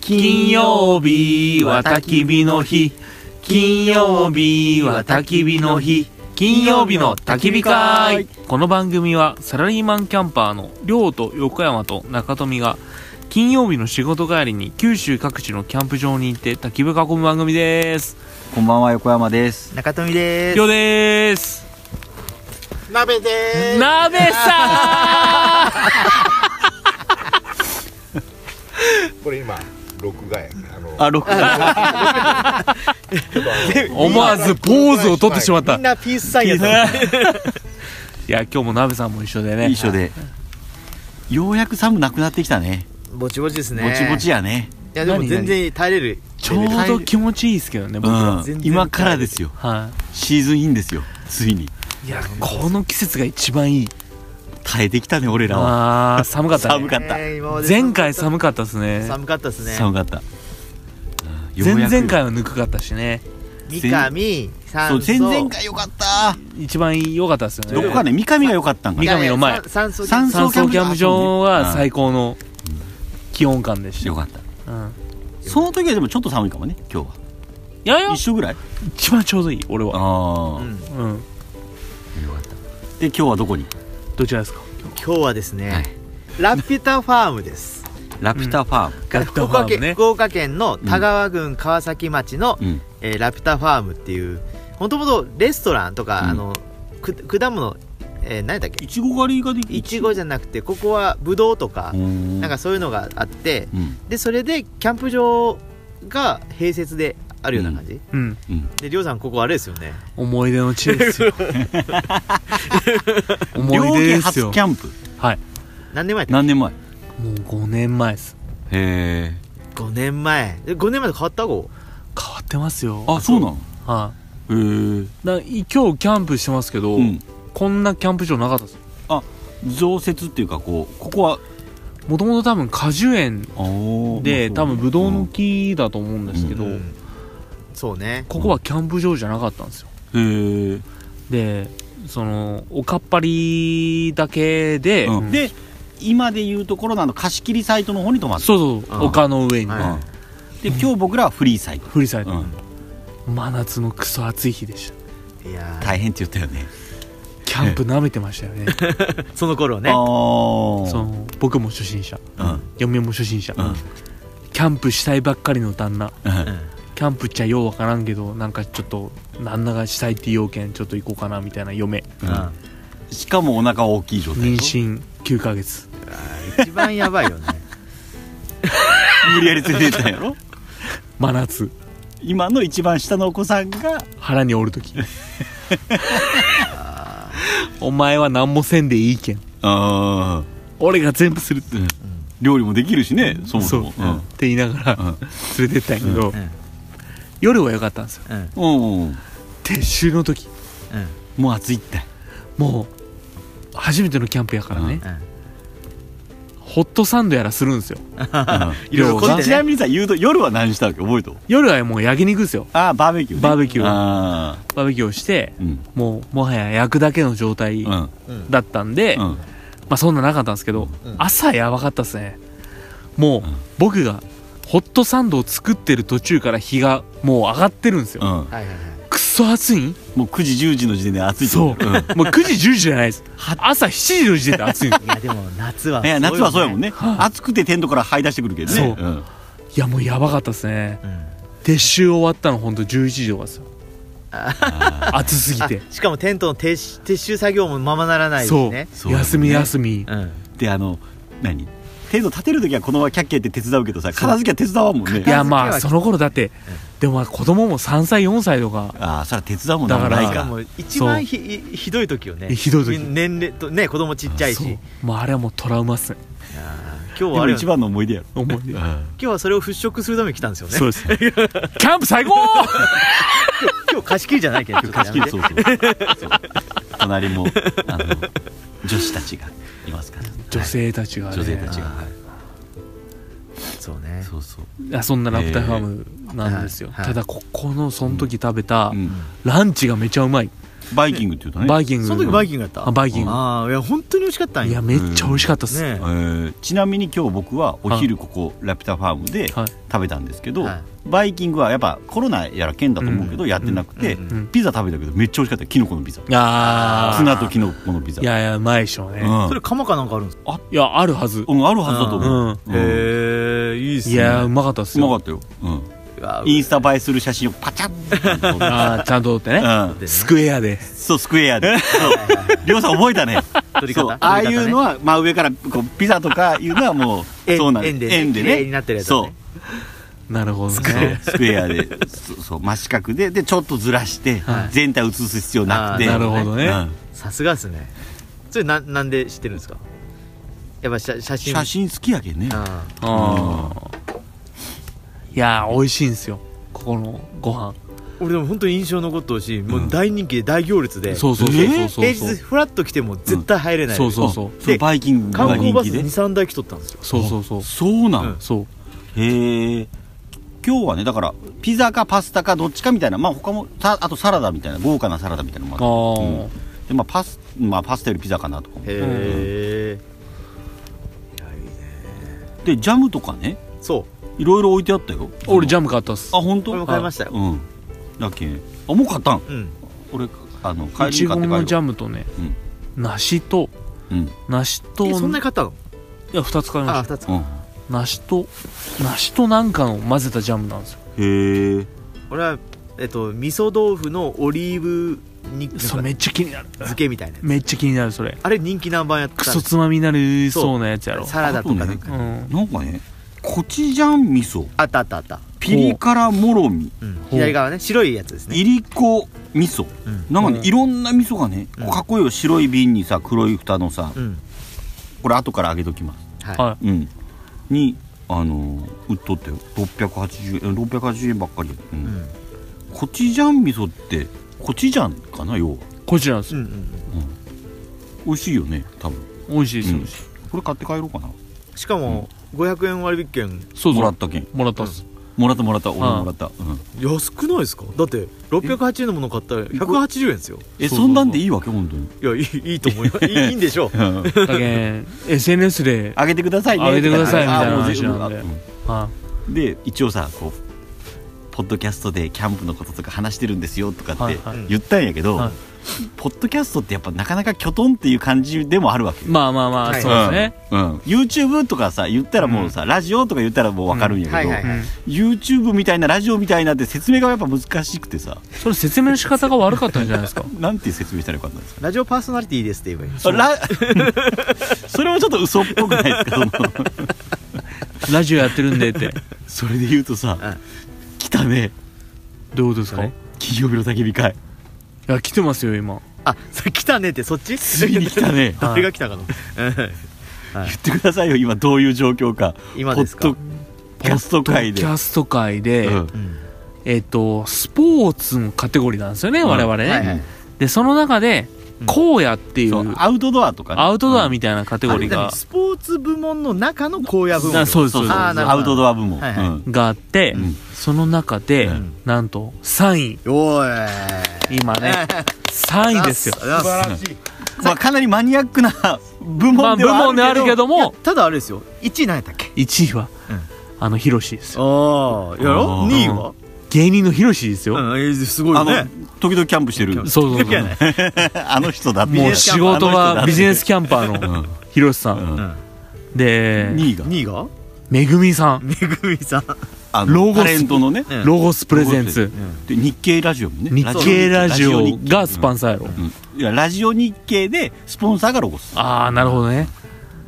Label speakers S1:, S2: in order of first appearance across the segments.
S1: 金曜日は焚き火の日金曜日は焚き火の日金曜日の焚き火会この番組はサラリーマンキャンパーの亮と横山と中富が金曜日の仕事帰りに九州各地のキャンプ場に行って焚き火囲む番組です
S2: こんばんは横山です。
S3: 中富で
S1: 亮です
S4: 鍋でーす
S1: 鍋さ
S4: これ今録画やあの
S2: あ、六
S4: ちょっとあ
S1: ん
S4: の
S1: 思わずポーズを取ってしまっ
S3: す。み
S1: た
S3: んなピースサインやっ
S1: いや今日も鍋さんも一緒でね
S2: 一緒で。ようやく寒なくなってきたね。
S3: た。ぼちぼちですね。
S2: ぼちぼち
S3: い
S2: やね。
S3: やでも全然耐えれる。
S1: ちょうど気持ちいいですけどね
S2: う
S1: 僕は、
S2: ん
S3: 全。然
S2: 今からですよ。
S1: は
S2: シーズンインですよ。ついに
S1: い、いやこの季節が一番いい
S2: 耐えてきたね俺らは。
S1: あー寒かった、ね、
S2: 寒かった
S3: ね今まで
S1: 前回寒かったですね
S3: 寒かったですね。
S2: 寒かった。
S1: 前
S2: ようやく
S1: 々回はぬくかったしね
S3: 三上さ
S2: そうん前々回良かった。
S1: 一番良かったですよね
S2: どこかね三上が良かったんか
S1: 三
S2: な。
S1: 上の前
S3: 三層
S2: 三
S1: 山荘キャンプ場は最
S2: 高。
S1: 高の気温感でした
S2: 良
S1: よ、
S2: かった。
S1: うん、
S2: その時はでもちょっと寒いかもね今日
S1: いやいや
S2: は。一緒ぐらい。
S1: 一番ちょうどいい俺は
S2: あ
S3: う
S2: あ。
S3: ん
S1: うん
S2: で今日はどこに？
S1: どちらですか
S3: 今日はです
S2: は
S3: ね
S2: い、
S3: ラピュタファームです。
S2: ラピュタファーム。
S1: ラピュタファームね
S3: 福岡県福岡県の田川郡川崎町の
S2: うん。
S3: えーラピュタファームっていう、もともとレストランと
S2: うん
S3: かあのく狩り物えー何だっけ？
S2: いちご狩りができ
S3: いちごじゃなくてここはブドウとか
S2: な
S3: なんかそういうのがあって。
S2: うん
S3: でそれでキャンプ場が併設であるような感じ、
S1: うん
S2: うん
S3: でりょうさんここあれですよね
S1: 思い出の地です よ思
S2: 両
S1: い出で
S2: 家
S1: す
S2: 初
S1: よ
S2: キャンプ
S1: はい
S3: 何年前だっ
S2: 何年前へ
S1: もう5年前です
S2: え
S3: け5年前え5年前と変わったこ
S1: 変わってますよ
S2: あそうなの
S1: は
S2: へえ
S1: いだ今日キャンプしてますけど、
S2: うん
S1: こんなキャンプ場なかったです
S2: 増設っていうかこうここは
S1: もともと多分果樹園
S2: お
S1: で多分ブドウの木だと思うんですけど、
S3: うんそうね
S1: ここはキャンプ場じゃなかったんですよ
S2: へえ
S1: でそのおかっぱりだけで、
S2: うんで今でいうところのあの貸し切りサイトの方に泊まって
S1: そうそ
S3: あ
S1: う丘の上に、
S3: は
S2: う
S3: い
S2: んで今日僕らはフリーサイト
S1: フリーサイ
S2: う
S1: ド、
S2: ん
S1: 真夏のクソ暑い日でした
S3: いやー
S2: 大変って言ったよね
S1: キャンプ舐めてましたよね
S3: その頃ね
S2: ああ
S1: その僕も初心者
S2: うん
S1: 嫁も初心者、
S2: うん
S1: キャンプしたいばっかりの旦那
S2: う
S3: うんん
S1: キャンプっちゃようわからんけどなんかちょっと旦那がしたいって要件ちょっと行こうかなみたいな嫁
S3: うん
S2: しかもお腹大きい状態
S1: 妊娠9ヶ月
S3: 一番やばいよね
S2: 無理やり連れて行ったんやろ
S1: 真夏
S2: 今の一番下のお子さんが
S1: 腹におる時お前は何もせんでいいけん
S2: ああ
S1: 俺が全部するって
S2: 料理もできるしねそもそも
S1: そう、って言いながら、
S2: うん
S1: 連れてったんやけど、
S3: うん
S1: 夜は良かったんですよ
S3: うんうん
S2: うんうん
S1: 撤収の時
S2: もう暑いって
S1: もう初めてのキャンプやからね、
S3: うん
S1: ホットサンドやらするんですよ
S3: いろいろ
S1: 量
S3: 凝
S1: が
S3: って
S2: ちなみにさ言うと夜は何したわけ覚えと
S1: 夜はもう焼肉ですよ
S2: ああバーベキュー、ね、
S1: バーベキュー
S2: あ
S1: バーベキューをして
S2: ーうん
S1: もうもはや焼くだけの状態
S2: うん
S3: うん
S1: だったんで、
S2: う
S1: ま
S2: ん
S1: あそんななかったんですけど、
S3: うん
S1: 朝やばかったですねもう、僕がホットサンドを作ってる途中から日がもう上がってるんですよ、
S2: うん
S3: はいはいはい
S1: くっそ暑いん
S2: もう9時10時の時点で暑いって
S1: そう、
S2: こ とん
S1: もう9時10時じゃないです朝7時の時点で暑いんです
S3: いやでも夏は
S2: いや夏はそうやもんね、
S1: はい
S2: 暑くてテントから這い出してくるけどね
S1: そう
S2: うん
S1: いやもうやばかったですね
S3: うん
S1: 撤収終わったのほんと11時とかですよ暑すぎ
S3: あ
S1: て
S3: しかもテントの撤収撤収作業もままならないし
S1: そう
S3: ね
S2: そうだもんね
S1: 休み休み
S3: うん
S2: であの何テント立てる時はこのままキャッキャ言って手伝うけどさ片付けは手伝わんもんね
S1: いやま
S3: 片
S1: あ
S3: 付け
S1: そ
S3: は
S1: の頃だってでもまあ子供も3歳4歳とか
S2: ああそれは手伝うもんなんも
S1: だから
S2: ない
S3: しか
S2: か
S3: も一番ひひひどい時よね
S1: ひどい時
S3: 年齢とね子供ちっちゃいし
S1: そうもうあれはもうトラウマっすね
S3: 今日
S2: で
S3: はあ
S2: も
S3: れ
S2: 一番の思い出やろ
S1: 思い出
S2: う
S1: 今
S2: ん
S3: 今日はそれを払拭するために来たんですよね
S1: そうですねキャンプ最高
S3: 今日貸し切りじゃないけどちょっとや
S2: 貸
S3: め
S2: して切 りそうそうそう隣もあの女子たちがいますから
S1: 女性たちが、ね、
S2: 女性たちが、
S3: あ
S2: はい、
S3: そうね
S2: そうそう、
S1: あそんなラプターファームなんですよ、
S3: えーはい
S1: ただここのその時食べた
S2: うん、
S1: ランチがめちゃうまい
S2: バイキングっていうとね
S1: バイキング
S3: その時バイキングやった
S1: あバイキング
S3: ああいや本当に美味しかったん
S1: いや
S3: や
S1: めっちゃ美味しかったっす、
S3: ね
S2: えーちなみに今日僕はお昼ここラピュタファームで
S1: はい
S2: 食べたんですけど、
S3: はい
S2: バイキングはやっぱコロナやら県だと思うけどやってなくて、
S3: うん
S1: うん
S2: ピザ食べたけどめっちゃ美味しかったよキノコのピザ
S1: あー
S2: ツナとキノコのピザ
S1: いやいやうまいでしょうね、
S2: うん、
S3: それ釜かなんかあるんですか
S1: いやあるはず
S2: うんあるはずだと思う、うん
S3: へえいいっ
S1: いやーうまかったっす
S2: う
S1: よ
S2: まかったよ、うん、
S3: あ
S2: インスタ映えする写真をパチャッ
S1: あーちゃんと撮ってね、
S2: と、うん、
S1: スクエアで
S2: そうスクエアでそうりょうさん覚えたね
S3: 撮り方
S2: そうああいうのは、まあ、上からこうピザとかいうのはもう
S3: 円
S2: そうなん
S3: 円でね
S2: 円で
S3: 綺麗
S2: ね
S3: になってるやつだ
S2: そ
S3: ね
S1: なるほど
S2: うそう
S1: ね
S2: スクエアでそうそう真四角ででちょっとずらして、
S1: はい
S2: 全体を映す必要なくて
S3: あー
S1: なるほどね、
S2: うん
S3: さすがですねそれななんで知ってるんですかやっぱ写写真
S2: 写真好きやけんね
S3: あ
S1: あーいやー美味しいんですよここのご飯
S3: ー俺でも本当に印象残ってほしい、もうんう大人気で大行列で
S1: そうそうそうそうそう
S3: 平日フラッと来ても絶対入れない、
S1: そうそうそう
S2: あれバイキング
S3: 観
S2: が
S3: 光
S2: 人
S3: バス
S2: 気で
S3: 23台来とったんですよ
S1: そうそうそう
S2: そうな
S3: うんん
S1: そう
S2: へえ今日はねだからピザかパスタかどっちかみたいなまあ他もたあとサラダみたいな豪華なサラダみたいなの
S1: あ
S2: もあ
S1: ー、
S2: うんってでまあパスまあパスタよりピザかなとかもで
S3: へえ、
S2: ジャムとかね
S3: そう
S2: いろいろ置いてあったよ
S1: 俺ジ
S2: ャ
S1: ャム買ったっす
S2: ムあ本当
S3: 俺も買いましたよ
S2: うんだっけあもう買ったん
S3: うん
S2: 俺あの
S1: い
S2: 帰り
S1: ち
S2: に
S1: ご
S2: 買って帰
S1: のジ
S2: る
S1: ャムとね、梨と
S2: うん
S1: 梨と
S3: えそんないに買ったの
S1: や2つ買いま
S3: あ
S1: した
S3: 二つ
S2: うん
S1: 梨と梨となんかの混ぜたジャムなんですよ
S2: うんへえ
S3: 俺はえっと味噌豆腐のオリーブ肉なんか
S1: それめっちゃ気になる
S3: 漬けみたいなやつ
S1: めっちゃ気になるそれ
S3: あれ人気ナンバーやった
S1: クソつまみになるそうなやつやろ
S3: サラダとかなん
S1: う
S3: か
S1: ん
S2: なんかねコチュジャン味噌
S3: あったあったあった、
S2: ピリ辛もろみ
S3: うん
S1: う
S3: 左側ね白いやつですね
S2: いりこ味噌
S3: うん
S2: なんか
S1: う
S2: ね
S1: ん
S2: いろんな味噌がね
S3: うん
S2: かっこいいよ白い瓶にさ黒い蓋のさ
S3: うん
S2: これ後から揚げときます
S3: はい、
S1: は
S2: うんにあのー売っとったよ680円680円ばっかりう
S3: うんん
S2: コチュジャン味噌ってコチュジャンかな要は
S1: いうこちらなんです
S3: うんうん
S1: よ
S2: 美味しいよね多分
S1: 美味しいですよ
S2: うんこれ買って帰ろうかな
S3: しかも500円割引券
S1: そう
S2: も
S1: そ
S2: らっ
S1: う
S2: たけん
S1: もらったっす
S2: もらったもらった俺
S1: ああ
S2: もらったうん
S3: 安くないですかだって680円のもの買ったら180円ですよ
S2: え
S1: そうそうそう
S2: そんなんでいいわけ本当
S3: い
S2: に
S3: やいいいいと思うよ いいいいんでしょう
S1: だけん SNS で
S2: あげてくださいね
S1: あげてくださいみたいな
S2: あもう
S1: 話
S2: 全部
S1: なんで
S2: あうん
S1: は
S2: で一応さこうポッドキャストでキャンプのこととか話してるんですよとか
S1: は
S2: っ
S1: い
S2: て
S1: はい
S2: 言ったんやけど、
S1: はい
S2: ポッドキャストってやっぱなかなかきょとんっていう感じでもあるわけ
S1: いまあまあまあ
S3: はい
S1: そうですね
S2: うんうん、YouTube とかさ言ったらもうさ、ラジオとか言ったらもう分かるんやけど、
S3: はいはいはい、
S1: うん
S2: YouTube みたいなラジオみたいなって説明がやっぱ難しくてさ
S1: それ説明の仕方が悪かったんじゃないですか
S2: なんて説明したらよかったんですか
S3: ラジオパーソナリティですって言えばいい
S2: そラ それはちょっと嘘っぽくないですかその
S1: ラジオやってるんでって
S2: それで言うとさ、
S3: うん
S2: 来たね
S1: どういうことですかい
S2: 金曜日の叫 び会
S1: や来てますよ今
S3: あそれ来たねってそっち
S2: ついに来 たね
S3: 誰が来たかの
S2: 言ってくださいよ今どういう状況か
S3: 今ですか
S2: ポッドキャスト会で
S1: キャスト界で、
S2: うん
S3: うん
S1: えっ、とスポーツのカテゴリーなんですよね、
S2: うん
S1: 我々ね、
S3: はいはい
S1: でその中で
S3: うん
S1: 荒野っていう,、
S2: そうアウトドアとかね
S1: アウトドア
S2: うん
S1: みたいなカテゴリー
S3: あでも
S1: が、
S3: スポーツ部門の中の荒野部門
S1: あそうです
S2: そうそう
S3: あーなるほ
S2: ア
S3: ど
S2: ウトドア部門
S3: はいはい
S2: うん
S1: があって、
S2: うん
S1: その中で、
S2: うん
S1: なんと3位
S3: おい
S1: 今ね3位ですよ
S3: ありがとうございま
S4: 晴らしい
S2: まあかなりマニアックな部
S1: まあ
S2: 門で
S1: 部門で
S2: は
S1: あ
S2: ある
S1: る
S2: け
S1: けど
S2: ど
S1: も
S3: すただあれですよ1位何やったっけ
S1: 1位は、
S3: うん
S1: あのヒロシですよ
S3: ああやろ
S2: あー
S3: 2位は
S1: 芸人のヒロシですよ、
S3: うんえーすごい
S2: あ
S3: よ
S2: の
S3: ね
S2: 時々キャンプして る
S1: そうそう
S3: いや
S1: そう
S3: ね
S2: あの人だって
S1: もう仕事がビジネスキャンパーの
S2: うん
S1: ヒロシさ、
S2: うんん
S3: うん
S1: で
S2: 2位が
S3: 2位が
S1: めぐみさん
S3: めぐみさん
S2: あ
S1: ロゴ
S2: の
S1: ス
S2: タレントのね
S3: うん
S1: ロゴスプレゼンツ
S2: で日経ラジオもね
S1: 日経ラジオ
S2: 日経
S1: がスパンサーやろ、
S2: うんうんいやラジオ日経でスポンサーがロゴス
S1: ああなるほどね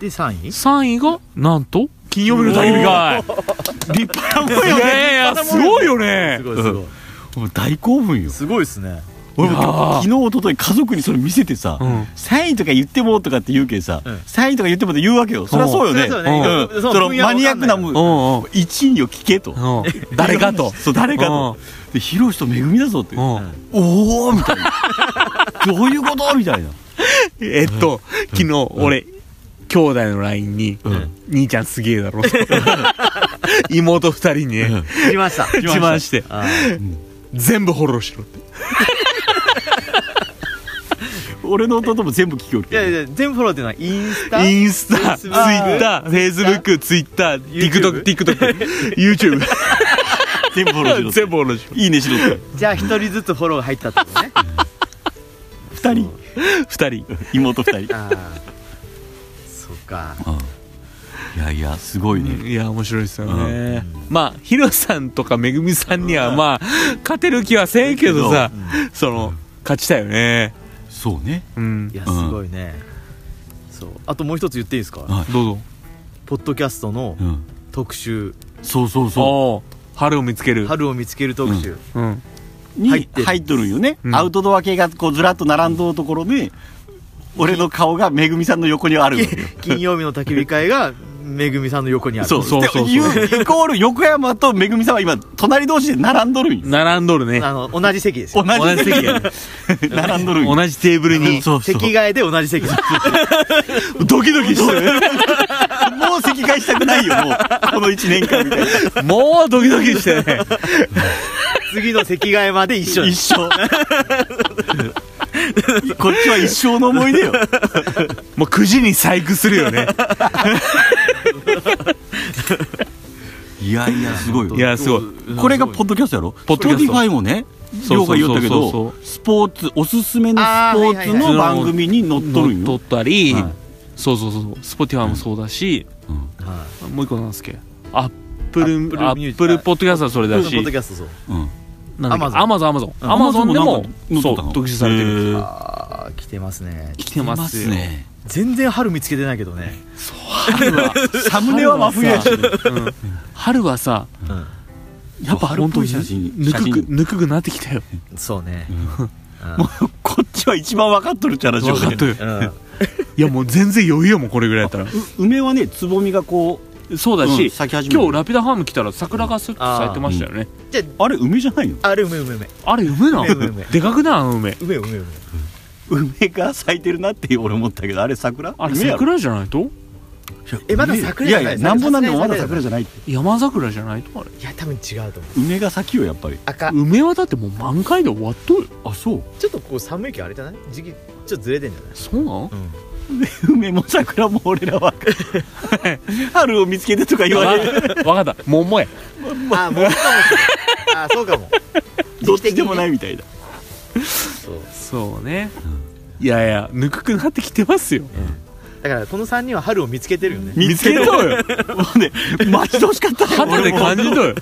S3: で3位
S1: 3位がなんと金曜日の焚き火会
S2: 立派なもん
S1: い
S2: よね
S1: やいやすごいよね
S3: すごいすごい
S2: もう大興奮よ
S3: すごいですね
S2: 俺も
S1: いやー
S2: 昨日一昨日家族にそれ見せてさ、
S1: うん
S2: サインとか言ってもとかって言うけんさ、
S3: うん
S2: サインとか言ってもって言うわけよそりゃそうよね
S3: そりゃそう
S1: よ
S3: ね
S2: うん
S3: そう
S2: その
S3: 分野
S2: マニアックな
S1: う
S2: もん
S1: んうん
S2: 一位を聞けと
S1: うん誰か と
S2: そう誰かとでヒロシとめぐみだぞって
S1: う
S2: お
S1: ん
S2: おーみたいなどういうことみたいな
S1: えっと昨日俺兄弟の LINE に
S2: うん
S1: 「兄ちゃんすげえだ ろ」妹二人にね
S2: うん
S3: 来ました
S1: 自慢して
S3: あー
S1: 全部フォローしろって
S2: 俺の弟も全部聞きよる
S3: いやい
S2: け
S3: や全部フォローっていうのはインスタ
S2: どインスタツイ
S3: Facebook
S2: ッターフェイスブックツイッター
S3: YouTube
S2: TikTokTikTokYouTube 全部フォローしろ
S1: 全部おろし
S2: いいねしろって
S3: じゃあ一人ずつフォローが入ったってことね
S2: 2人2人妹2人
S3: ああそっか
S2: うんいやいやすごいね
S1: いや面白いですよね、まあヒロさんとかめぐみさんにはまあ勝てる気はせんけどさ、その勝ちたいよね
S2: そうね
S1: うん
S3: いやす
S2: うん
S3: ごいね、そうあともう一つ言っていいですか、
S2: は
S1: どうぞ
S3: ポッドキャストの
S2: うん
S3: 特集
S2: そうそうそう
S1: おー春を見つけ
S3: 「
S1: る
S3: 春を見つける特集」
S1: うん
S2: に
S3: 入ってる
S2: 入っとるんよね、
S1: うん
S2: アウトドア系がこうずらっと並んどうところで俺の顔がめぐみさんの横にあるわけよ
S3: 金曜日の焚き火会がめぐみさんの横にある
S2: そうそう
S1: そうそう
S2: イコール横山とめぐみさんは今隣同士で並んどるんよ
S1: 並んどるね
S3: あの同じ席です
S2: 同
S3: よ
S2: じ席
S1: 同
S2: 並んどるん よ
S1: 同じテーブルに
S2: そうそう
S3: 席替えで同じ席です
S2: ドキドキしてるもう席替えしたくないよもうこの1年間みたいな
S1: もうドキドキしてね
S3: 次の席替えまで一緒で
S2: 一
S3: す
S2: 生こっちは一生の思い出よ
S1: もう9時に細工する よね
S2: いやいやすごいよ
S1: いやすごい
S2: これがポッドキャストやろ
S1: ポッドキャスト
S2: Spotify もね
S1: そ
S2: 亮
S1: うそ
S2: が
S1: うそうそう
S2: 言おったけどスポーツおすすめのス
S3: あー
S2: ポ
S3: はい
S2: ーツ
S3: はいはい
S2: の番組に載っとるん
S1: 撮
S2: よ
S1: ったり、
S2: はい
S1: そうそうそうそうスポティファもそうだし、
S2: うん
S3: は
S1: もう一個なんですっけアップル
S3: Apple
S1: アップル
S3: Music
S1: ポッドキャストはそれ
S3: いポ
S1: だし
S3: ッドキャストそう
S2: うん
S1: なんだっけアマゾンアマゾン
S2: ん
S1: アマゾンで
S2: Amazon も
S1: も
S2: なんか
S1: そ
S2: 載っ
S1: う
S2: とったの
S1: 特集されてるんです
S2: へ
S1: よ
S2: ー
S3: ああ来てますね
S1: 来てますよ
S2: ね
S3: 全然春見つけてないけどね
S1: 春は
S2: サムネは真冬やし
S1: う
S2: ね
S1: ん春はさやっぱ
S2: 春っ
S1: 本
S2: ぽ
S1: 当に
S2: い写真
S1: ぬくくぬくくなってきたよ
S3: そうね
S2: もうこっちは一番分かっとるっちゃ話よ
S1: 分かっとる
S3: うんうん
S1: いやもう全然余裕よもうこれぐらいやったら
S2: 梅はねつぼみがこ
S1: そうだ
S2: うん
S1: し
S2: 咲き始める
S1: 今日ラピュタファーム来たら桜がスッと咲いてましたよね
S3: じゃ
S2: うあれ梅じゃないの
S3: ああれ梅梅梅
S1: あれ梅な
S3: 梅梅梅
S1: のでかくないあの梅
S3: 梅梅梅
S2: 梅が咲いてるなって俺思ったけどあれ桜
S1: あれ
S2: 梅やろ
S1: 桜じゃないと
S3: えまだ桜じゃない
S2: いやいやなんぼなんでもまだ桜じゃないって
S1: 山桜じゃないとあれ
S3: いや多分違うと思う
S2: 梅が咲きよやっぱり
S3: 赤
S1: 梅はだってもう満開で終わっとる
S2: あそう
S3: ちょっとこう寒い気あれじゃない時期ちょっとずれてんじゃない
S1: そうなの
S3: うん
S2: 梅も桜も俺 らは春を見つけてとか言われる
S1: わかった桃や
S3: ああもうかもしれないあーそうかも
S2: どっちでもないみたいだ
S3: そう
S1: そうねいやいやぬくくなってきてますよ
S3: だからこの3人は春を見つけてるよね
S1: 見つけとうよ
S2: もうね待ち遠しかったよ
S1: 肌で
S2: 俺も
S1: 感じとよ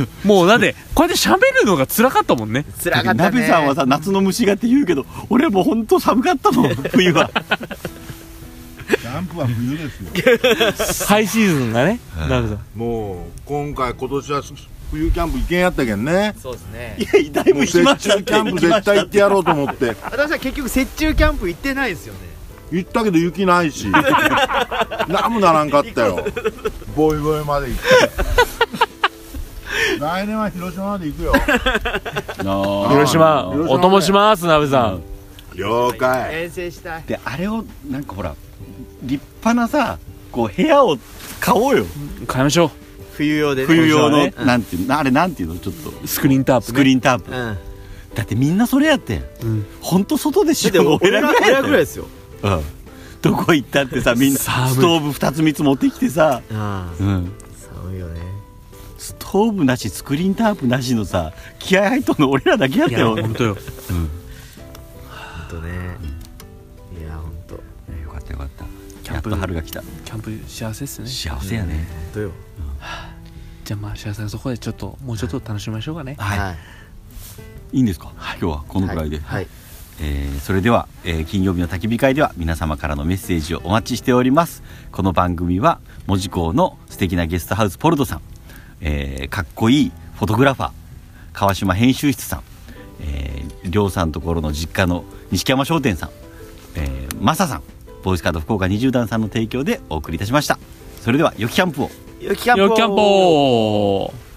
S1: もうだってこうやって喋るのが辛かったもんね
S3: つらかったね
S2: 鍋さんはさ夏の虫がって言うけど俺はもう本当寒かったもん冬は
S4: キャンプは冬ですよ
S1: ハイシーズンがねなるほど
S4: もう今回今年は冬キャンプ行けんやったけんね
S3: そうですね
S2: いやだい
S4: もう
S2: ぶ
S4: 雪
S2: 暇
S4: 中
S2: し
S4: キ
S2: たって
S4: ャンプ絶対行ってやろうと思って
S3: 私は結局雪中キャンプ行ってないですよね
S4: 行ったけど雪ないし何もならんかったよボイボイまで行って 来年は広島まで行くよ
S1: 広島
S4: 広島ね
S1: お供します鍋さん
S4: 了解
S3: 遠征したい
S2: であれをなんかほら立派なさこう部屋を買おうよ
S1: 買いましょ
S3: 冬用でね
S2: 冬用の
S1: 今週
S2: なんていうのあれなんていうのちょっと
S1: うスクリーンタープ
S2: スクリーンタープ
S3: うん
S2: だってみんなそれやってん
S1: うん
S2: ほんと外でし
S3: だって
S2: ょ
S3: 俺ら俺ら
S2: った
S3: ぐ
S2: よ
S3: らいですよ
S2: うんどこ行ったってさみんな
S1: 寒い
S2: ストーブ2つ3つ持ってきてさ、
S3: あ
S2: うん、
S3: あ寒いよね
S2: ストーブなしスクリーンタープなしのさ気合入っとんの俺らだけやっ
S1: い
S2: た
S1: や
S2: よ
S1: 本当よ
S3: ほんとねいやほんとほん
S2: いやよかったよかった
S1: キ
S2: や
S1: ャ
S2: っ
S1: ンプ
S2: と春が来た
S1: キャンプ幸せっすね
S2: 幸せやね、
S3: とよ
S1: じゃあまあ幸せなとこでちょっともうちょっと楽しみましょうかね
S2: はい、
S3: い
S2: い、いんですか、今日はこのくらいで、
S3: はい
S2: えーそれでは、えー金曜日の焚き火会では皆様からのメッセージをお待ちしておりますこの番組は門司港の素敵なゲストハウスポルトさん、えーかっこいいフォトグラファー川島編集室さん、えー、亮さんところの実家の錦山商店さん、えー、マサさんボイスカード福岡20段さんの提供でお送りいたしましたそれでは良きキャンプを
S3: よきキャンプ
S1: よっキャンポー